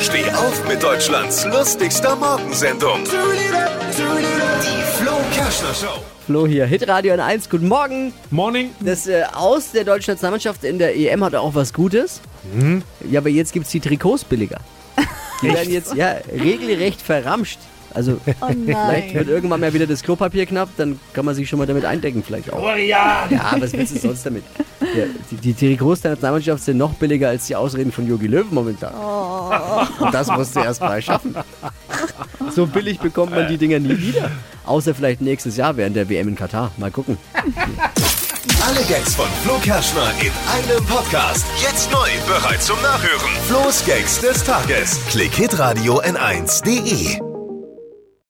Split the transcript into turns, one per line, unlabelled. Steh auf mit Deutschlands lustigster Morgensendung. Die Flo Kerschner Show.
Flo hier, Hitradio in 1, guten Morgen.
Morning.
Das äh, Aus der deutschen Nationalmannschaft in der EM hat auch was Gutes. Ja, aber jetzt gibt es die Trikots billiger. Die werden jetzt ja, regelrecht verramscht. Also
Oh
vielleicht
nein.
wird irgendwann mal wieder das Klopapier knapp, dann kann man sich schon mal damit eindecken vielleicht auch. Ja, was willst du sonst damit? Ja, die, die Trikots der Nationalmannschaft sind noch billiger als die Ausreden von Jogi Löw momentan. Und das musst du erst mal schaffen. So billig bekommt man die Dinger nie wieder. Außer vielleicht nächstes Jahr während der WM in Katar. Mal gucken.
Alle Gags von Flo Kerschner in einem Podcast. Jetzt neu, bereit zum Nachhören. Flo's Gags des Tages. Klick Hitradio N1.de.